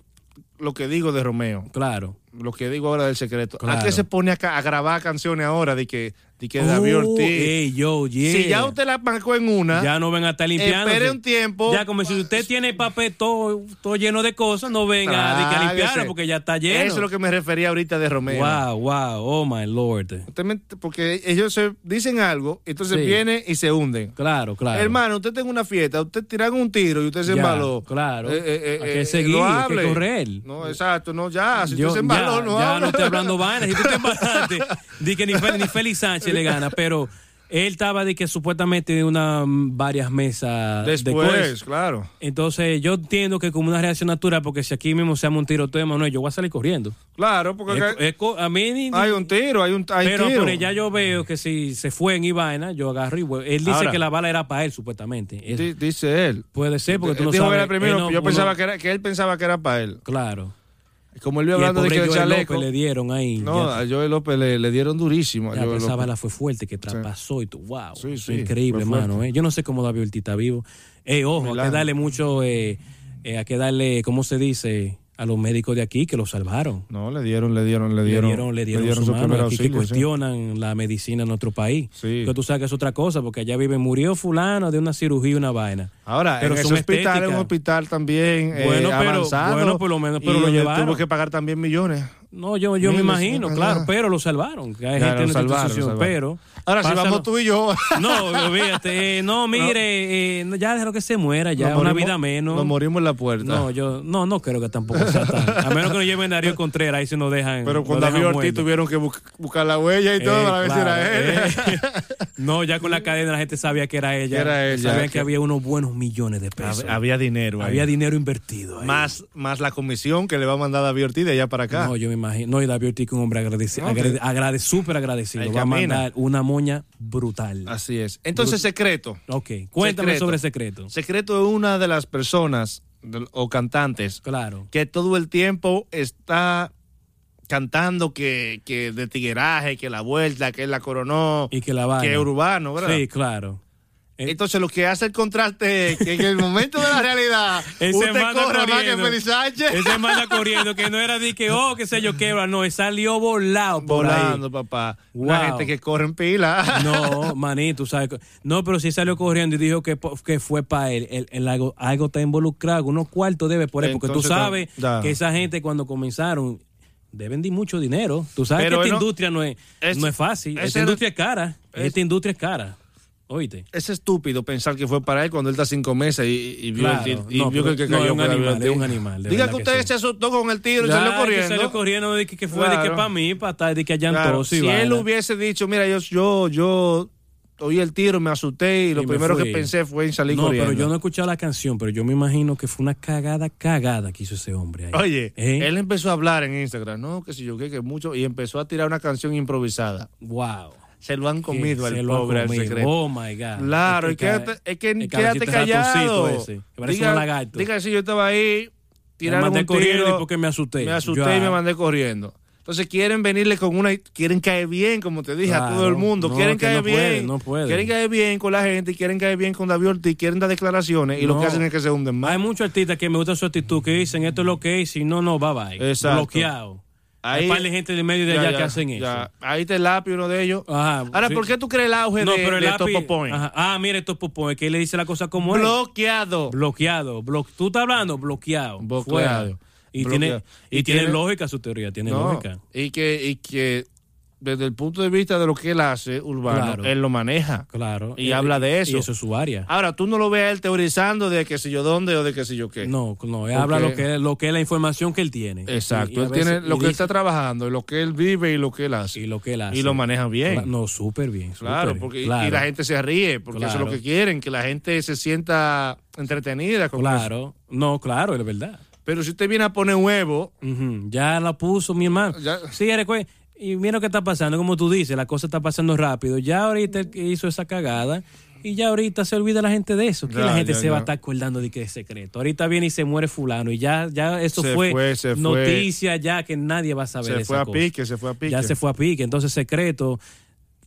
lo que digo de Romeo, Claro. lo que digo ahora del secreto, ¿a Claro. qué se pone a, ca- a grabar canciones ahora de que, de que David Oh, Ortiz? ey, yo, yeah. Si ya usted la marcó en una, Ya no ven a estar limpiando. espere un tiempo. Ya, como si usted tiene el papel todo, todo lleno de cosas, no venga de que a limpiarlo Tráguese. porque ya está lleno. Ah, Eso es lo que me refería ahorita de Romeo. Wow, wow, oh my lord. Usted me ent- Porque ellos se dicen algo, entonces Sí. vienen y se hunden. Claro, claro. Hermano, usted tiene una fiesta, usted tiran un tiro y usted se Ya, embaló. claro. Eh, eh, eh, Hay que eh, seguir, no hay que hable. correr. No, exacto, no, ya. Ah, Si Yo- usted se embaló, ya, no ya hable. no estoy hablando vainas. Si tú te embalaste, di que ni, Fel- ni Félix Sánchez le gana, pero él estaba de que supuestamente de una mm, varias mesas Después, después. claro. Entonces yo entiendo que como una reacción natural, porque si aquí mismo se llama un tiroteo, Manuel, yo voy a salir corriendo. Claro, porque Es- acá es co- a mí ni- ni- hay un tiro, hay un hay pero, tiro. pero ya yo veo que si se fue en Ibaena, yo agarro y vuelvo. Él dice Ahora. que la bala era para él, supuestamente. Es- Di- dice él. puede ser, porque tú no Dijo que sabes. era primero, Él no- yo uno- pensaba que, era, que él pensaba que era para él. Claro. Como él vio Y el hablando de pobre que el Joel chaleco. López le dieron ahí. no, ya a Joel López le, le dieron durísimo. a Ya, Joel pero esa López. bala fue fuerte que traspasó y tú, wow. Sí, eso sí, es increíble, fue fuerte. hermano. Yo no sé cómo David Ortiz está vivo. Ey, ojo, hay Milagro. que darle mucho, eh, eh, hay que darle, ¿cómo se dice? A los médicos de aquí que lo salvaron. No, le dieron, le dieron, le Le dieron. dieron, le dieron, su, mano primer aquí que auxilio, sí. cuestionan la medicina en nuestro país. Sí. Que tú sabes que es otra cosa, porque allá vive, murió fulano de una cirugía, una vaina. Ahora, Pero en ese son hospital es un estéticas. hospital también eh, Bueno, pero- avanzado. bueno, por lo menos, pero y lo donde llevaron. Tuvo que pagar también millones. No, yo, yo me Miles, imagino, ajá. claro, pero lo salvaron. que Hay Ya, gente en lo nuestra salvaron, lo institución, salvaron. pero... Ahora, si pásalo- vamos tú y yo. No, olvídate. eh, no, mire, eh, no, ya déjalo que se muera, ya nos una morimos- vida menos. Nos morimos en la puerta. No, yo no, no creo que tampoco sea tan. A menos que nos lleven Darío Contreras, ahí se nos dejan. pero nos cuando dejan David Ortiz muertos. tuvieron que bu- buscar la huella y todo Eh, para ver si era él. claro, eh. No, ya con la cadena la gente sabía que era ella. Que era él, ya, Sabían que- que había unos buenos millones de pesos. Había, dinero dinero invertido. ahí. más, más la comisión que le va a mandar David Ortiz de allá para acá. No, yo me imagino. No, y David Ortiz, que un hombre agradecido, No, que- súper agradecido. Ahí Va a camina. mandar una moña brutal. Así es. Entonces, secreto. Ok, cuéntame Secreto. sobre secreto. Secreto es una de las personas del- o cantantes Claro. que todo el tiempo está cantando que, que de tigueraje, que la vuelta, que él la coronó, Y que la vaina. que urbano, ¿verdad? Sí, claro. Eh, Entonces lo que hace el contraste es que en el momento de la realidad Ese usted manda corre más que corriendo. Félix Sánchez. Ese manda corriendo, que no era de que, oh, qué sé yo, quebra. No, él salió volado por Volando, papá. Wow. Una gente que corre en pila. ahí. No, maní, tú sabes. que- No, pero sí salió corriendo y dijo que, po- que fue para él. El, el algo, algo está involucrado, unos cuartos debe por él. Porque Entonces, tú sabes da- da. que esa gente cuando comenzaron deben de mucho dinero. Tú sabes Pero que esta no- industria no es, es- no es fácil. ese Esta era- industria es cara. Esta industria es cara. Oíste. Es estúpido pensar que fue para él cuando él está cinco meses y, y vio, Claro, el tir- y no, vio pero- que no, cayó es un por la animal, violencia. es un animal, de Diga que verdad que usted sí. se asustó con el tiro y Ya, salió que corriendo. Salió corriendo, de que, que fue de que Claro. para mí, para estar, de que allá Claro, entonces. si él hubiese dicho, mira, yo, yo, yo oí el tiro, me asusté y lo Y me primero que fui. pensé fue en salir No, corriendo. pero yo no he escuchado la canción, pero yo me imagino que fue una cagada, cagada que hizo ese hombre ahí. Oye, ¿Eh? él empezó a hablar en Instagram, no, que si yo qué, que mucho, y empezó a tirar una canción improvisada. Wow. Se lo han comido Que se al lo ha pobre, al comido. secreto. Oh my God. Claro, Es y quédate, ca- es que el quédate cabecito ratoncito callado. ese, que parece un lagarto. diga si yo estaba ahí, tiraron mandé un corriendo tiro, y porque me asusté. Me asusté Ya. y me mandé corriendo. Entonces quieren venirle con una, quieren caer bien, como te dije, a Claro, todo el mundo. no, quieren que caer no bien. pueden, no pueden. Quieren caer bien con la gente, quieren caer bien con David Ortiz, quieren dar declaraciones y lo No. que hacen es que se hunden más. ah, Hay muchos artistas que me gusta su actitud, que dicen esto es lo que es, si no, no, bye bye. Exacto. Bloqueado. Ahí- Hay par de gente de medio de Ya, allá ya, que hacen ya. eso. Ahí está el lápiz, uno de ellos. Ajá, Ahora, sí. ¿por qué tú crees el auge de, de lápiz- Topo Point? Ajá. Ah, mire, Topo Point, que él le dice la cosa como es. Bloqueado. Bloqueado. Blo- Tú estás hablando bloqueado. Bloqueado. Fuera. Y, Bloqueado. Tiene, y, Y tiene, tiene- lógica su teoría, tiene No, lógica. Y que, y que desde el punto de vista de lo que él hace, Urbano, Claro. él lo maneja. Claro. Y habla de Y eso. Ah, eso es su área. Ahora, tú no lo ves a él teorizando de que sé yo dónde o de que sé yo qué. No, no, él habla lo que, lo que es la información que él tiene. Exacto. Y- y a él veces- tiene lo y que dice- él está trabajando, y lo que él vive y lo que él hace. y lo que él hace. Y lo maneja bien. Cla- No, súper bien. Claro, súper, porque y- claro, y la gente se ríe, porque eso es lo Claro. que quieren, que la gente se sienta entretenida con eso. Claro. No, claro, es verdad. Pero si usted viene a poner huevo, Ujú, Ya la puso mi hermano. Ya. Sí, recuerda. Y mira lo que está pasando, como tú dices, la cosa está pasando rápido. Ya ahorita él hizo esa cagada y ya ahorita se olvida la gente de eso. Que Ya, la gente ya, se va ya. a estar acordando de que es secreto. Ahorita viene y se muere fulano y ya, ya eso Se fue, se fue. noticia ya que nadie va a saber. se esa fue a cosa. pique, se fue a pique. Ya se fue a pique. Entonces, secreto,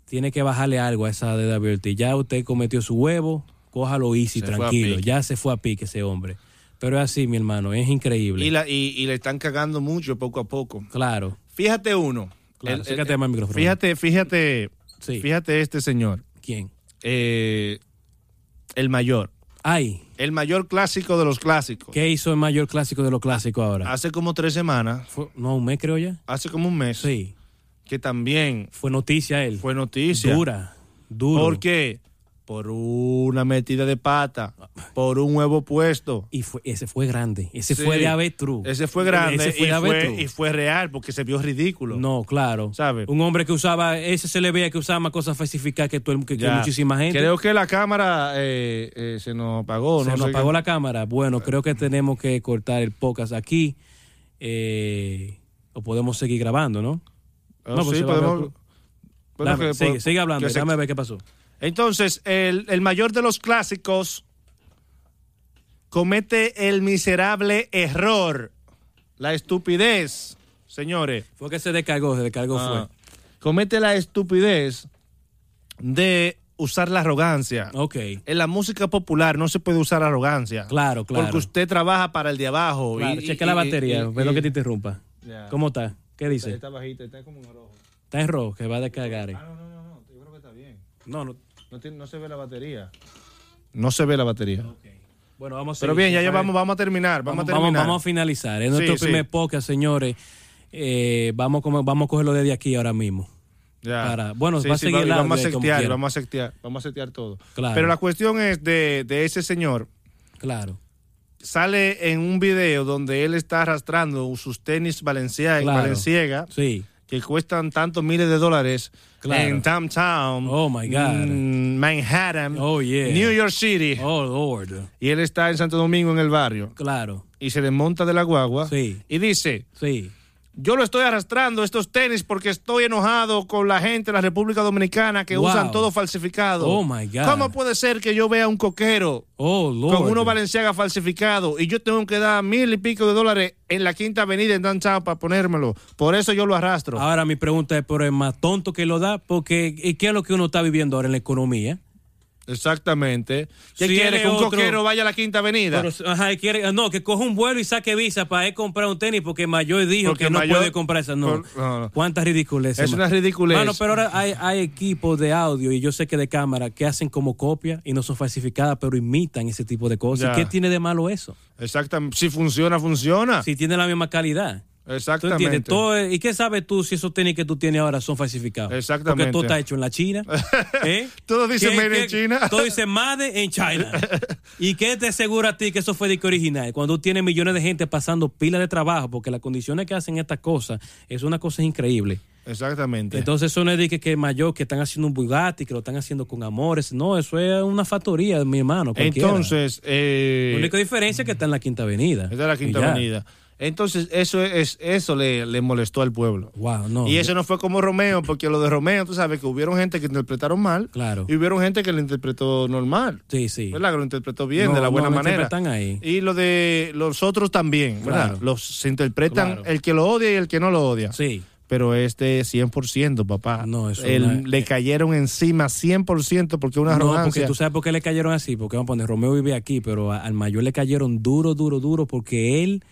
tiene que bajarle algo a esa de David Ya usted cometió su huevo, cójalo easy, Se fue a tranquilo. pique. Ya se fue a pique ese hombre. Pero es así, mi hermano, es increíble. Y, la, y, y le están cagando mucho poco a poco. Claro, Fíjate uno. claro. El- el- Acércate más al micrófono. fíjate, fíjate, Sí. fíjate este señor. ¿Quién? eh, el mayor. Ay, El mayor clásico de los clásicos. ¿qué hizo el mayor clásico de los clásicos ahora? Hace como tres semanas, Fue- no, un mes creo ya. hace como un mes, Sí, que también fue noticia él. fue noticia. dura, duro. ¿Por qué? Por una metida de pata, por un huevo puesto. Y fue, ese fue grande, ese Sí. fue de Avetruz. Ese fue grande Ese fue y, de fue, Avetruz. y fue real porque se vio ridículo. No, claro. ¿Sabe? Un hombre que usaba, ese se le veía que usaba más cosas falsificadas que, todo el- que, que Ya. muchísima gente. Creo que la cámara eh, eh, se nos apagó. se no nos sé apagó qué. la cámara. Bueno, creo que tenemos que cortar el podcast aquí. eh, o podemos seguir grabando, ¿no? Oh, No, pues sí, se va a ver. podemos- bueno, Dame, que- sigue, po- sigue hablando, que se- déjame ver qué pasó. Entonces, el, el mayor de los clásicos comete el miserable error, la estupidez, señores. Fue que se descargó, se descargó Ah, Comete la estupidez de usar la arrogancia. fue. Ok, En la música popular no se puede usar arrogancia. claro, claro. Porque usted trabaja para el de abajo. Claro, y- checa y- la y- batería, y- ve lo y- que te interrumpa. Ya. ¿Cómo está? ¿Qué Está, dice? está bajita, está como en rojo. Está en rojo, que va a descargar. eh. Ah, no, no, no, no, yo creo que está bien. No, no. No, tiene- no se ve la batería. No se ve la batería. ok. Bueno, vamos a Pero seguir. bien, ya, Déjame- llevamos, vamos a terminar. Vamos, Vamos, a terminar. vamos a finalizar. Es Sí, nuestro sí. primer podcast, señores. Eh, vamos, como- vamos a cogerlo desde aquí ahora mismo. Ya. para- bueno, Sí, va a sí, seguir el y vamos a audio ahí como sectear, quiera. vamos a sectear, vamos a sectear todo. Claro. Pero la cuestión es de, de ese señor. Claro. Sale en un video donde él está arrastrando sus tenis Valencia, Claro. Valenciaga, Sí. que cuestan tantos miles de dólares Claro. en downtown. Oh, my God. mm, Manhattan. Oh, yeah. New York City. Oh, Lord. Y él está en Santo Domingo en el barrio. Claro. Y se desmonta de la guagua. Sí. Y dice, Sí. Yo lo estoy arrastrando estos tenis porque estoy enojado con la gente de la República Dominicana que Wow. usan todo falsificado. Oh, my God. ¿Cómo puede ser que yo vea un coquero Oh, Lord. con uno Valenciaga falsificado y yo tengo que dar mil y pico de dólares en la Quinta Avenida en downtown para ponérmelo? Por eso yo lo arrastro. Ahora mi pregunta es, pero es más tonto que lo da, porque ¿y ¿qué es lo que uno está viviendo ahora en la economía? Exactamente. ¿Qué Si quiere eres que un otro- coquero vaya a la Quinta Avenida? Pero, ajá, quiere- no, que coja un vuelo y saque visa para ir a comprar un tenis porque Mayor dijo Porque que no Mayor- puede comprar esa. No. Por- no, no. Cuántas ridiculeces. Es ma- una ridiculez. Mano, pero ahora hay, hay equipos de audio y yo sé que de cámara que hacen como copia y no son falsificadas, pero imitan ese tipo de cosas. Ya. ¿Qué tiene de malo eso? Exactamente. Si funciona, funciona. Si tiene la misma calidad. ¿Tú Exactamente. entiendes? Todo es- ¿Y qué sabes tú si esos tenis que tú tienes ahora son falsificados? Porque Exactamente. todo está hecho en la China. ¿eh? Todo dice ¿Qué- made in qué- China. Todo dice Made in China. ¿Y qué te asegura a ti que eso fue disco original? Cuando tú tienes millones de gente pasando pila de trabajo, porque las condiciones que hacen estas cosas es una cosa increíble. Exactamente. Entonces eso no es de que, que mayor, que están haciendo un Bugatti, que lo están haciendo con amores. No, eso es una factoría, mi hermano. cualquiera. Entonces, eh, La única diferencia es que está en la Quinta Avenida. Es de la Quinta Y ya. Avenida. Entonces, eso es eso le, le molestó al pueblo. Wow, no. y eso no fue como Romeo, porque lo de Romeo, tú sabes que hubieron gente que interpretaron mal Claro. y hubieron gente que lo interpretó normal. Sí, sí. ¿Verdad? Que lo interpretó bien, No, de la buena no, lo manera. interpretan ahí. Y lo de los otros también, ¿verdad? Claro. Los se interpretan Claro. el que lo odia y el que no lo odia. Sí. Pero este 100%, papá. No, eso El- no es- Le cayeron encima 100% porque una No, porque arrogancia. tú sabes por qué le cayeron así, porque vamos a poner, Romeo vive aquí, pero a- al mayor le cayeron duro, duro, duro, porque él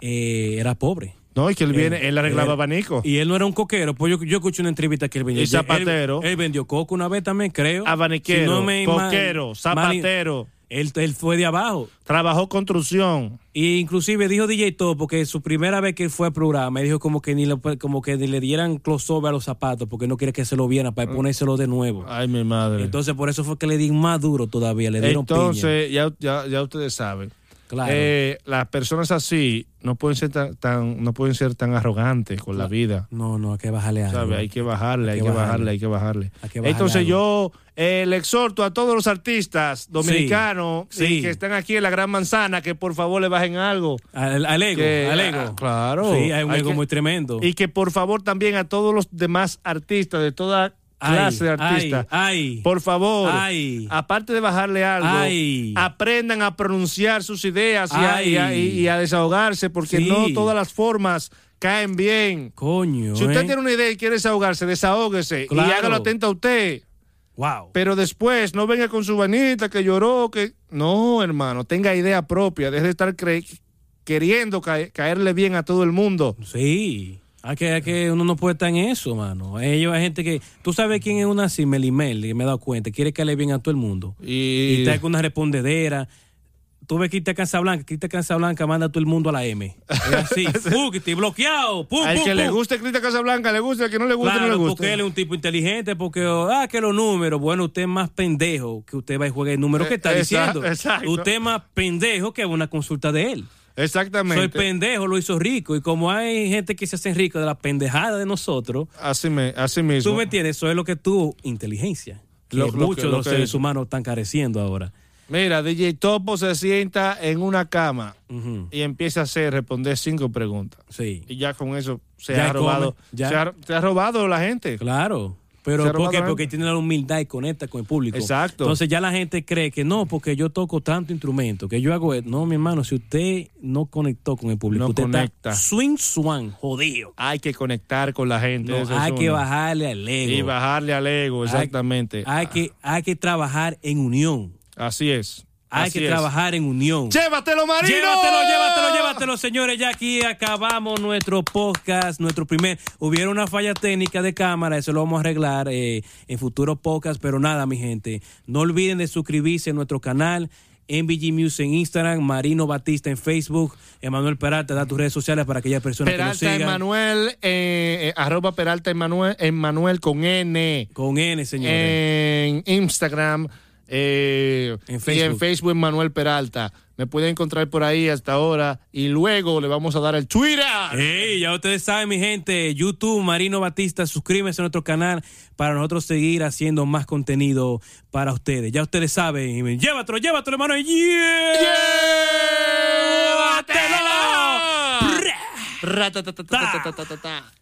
eh, era pobre. No, y que él viene, Él- él arreglaba él- abanico. Eh, Y él no era un coquero, pues yo, yo escuché una entrevista que él vendía. Oh. Y zapatero. Él, él vendió coco una vez también, creo. Abaniquero, Si no me- coquero, mal- zapatero. mal- Él, él fue de abajo. Trabajó construcción. Y inclusive dijo DJ Todo, porque su primera vez que fue al programa, dijo como que ni le, como que ni le dieran crossover a los zapatos, porque no quiere que se lo vieran Mm. para ponérselo de nuevo. Ay, mi madre. Entonces, por eso fue que le di más duro todavía, le dieron piña. eh. Entonces, ya, ya, ya ustedes saben. Claro. Eh, las personas así no pueden ser tan, tan- no pueden ser tan arrogantes con la vida. No, no, hay que bajarle algo. ¿sabe? Hay que bajarle, hay que bajarle, hay que bajarle. Hay que bajarle Entonces algo. yo eh, le exhorto a todos los artistas dominicanos Sí, y sí. que están aquí en la Gran Manzana que por favor le bajen algo. Al, al ego, Que- al ah, ego. claro. Sí, hay un Hay ego que- muy tremendo. Y que por favor también a todos los demás artistas de toda Ay, clase de artistas. Ay, ay. Por favor, Ay. aparte de bajarle algo, Ay. aprendan a pronunciar sus ideas y a, y a- Ay. y a desahogarse, porque Sí. no todas las formas caen bien. Coño. Si usted ¿eh? tiene una idea y quiere desahogarse, desahógese y Claro. hágalo atento a usted. Wow. Pero después no venga con su vanita que lloró, que... No, hermano, tenga idea propia, deje de estar cre- queriendo cae- caerle bien a todo el mundo. Sí. Hay que, hay que uno no puede estar en eso, mano. Ellos hay gente que. Tú sabes quién es una así, Melimel, que me he dado cuenta. Quiere que le bien a todo el mundo. Y Y, está con una respondedera. Tú ves Cristian Casablanca, Cristian Casablanca manda a todo el mundo a la M. Es así, fuquiti, bloqueado, pum, al pum, que le pum. guste Crista Casablanca, le gusta, al que no le guste, Claro, no le gusta. porque él es un tipo inteligente, porque, oh, ah, que los números, bueno, usted es más pendejo que usted va y juega el número que está Eh, exacto, diciendo. exacto. Usted es más pendejo que una consulta de él. Soy Exactamente. pendejo, lo hizo rico. Y como hay gente que se hace rico de la pendejada de nosotros, Así, me, así mismo. tú me entiendes, eso es lo que tuvo inteligencia. que Lo- lo que- muchos de lo los que- seres humanos están careciendo ahora. Mira, DJ Topo se sienta en una cama Ujú, y empieza a hacer, responder cinco preguntas. Sí. Y ya con eso se Ya ha come, robado. ya. Se ha, se ha robado la gente. Claro. Se Pero roba ¿por qué? la gente. Porque tiene la humildad y conecta con el público. Exacto. Entonces ya la gente cree que no, porque yo toco tanto instrumento, que yo hago... esto. No, mi hermano, si usted no conectó con el público, No usted conecta. está swing swan, jodido. Hay que conectar con la gente. No, eso es hay que uno. bajarle al ego. Y bajarle al ego, exactamente. Hay que, hay que trabajar en unión. Así es. Hay así que es. trabajar en unión. ¡Llévatelo, Marino! Llévatelo, llévatelo, llévatelo, señores. Ya aquí acabamos nuestro podcast, nuestro primer. Hubiera una falla técnica de cámara, eso lo vamos a arreglar eh, en futuros podcasts. Pero nada, mi gente, no olviden de suscribirse a nuestro canal. MBG News en Instagram, Marino Batista en Facebook, Emanuel Peralta, da tus redes sociales para aquellas personas que Peralta nos sigan. Emanuel, eh, eh, arroba Peralta Emanuel, Emanuel con N. Con N, señores. en Instagram eh, En y Facebook. en Facebook Manuel Peralta. Me pueden encontrar por ahí hasta ahora y luego le vamos a dar el Twitter. Ey, ya ustedes saben, mi gente, YouTube, Marino Batista, suscríbanse a nuestro canal para nosotros seguir haciendo más contenido para ustedes. Ya ustedes saben, llévatelo, llévatelo, hermano. y ¡Llévatelo! ¡Llévatelo! Ratatatatatatatata.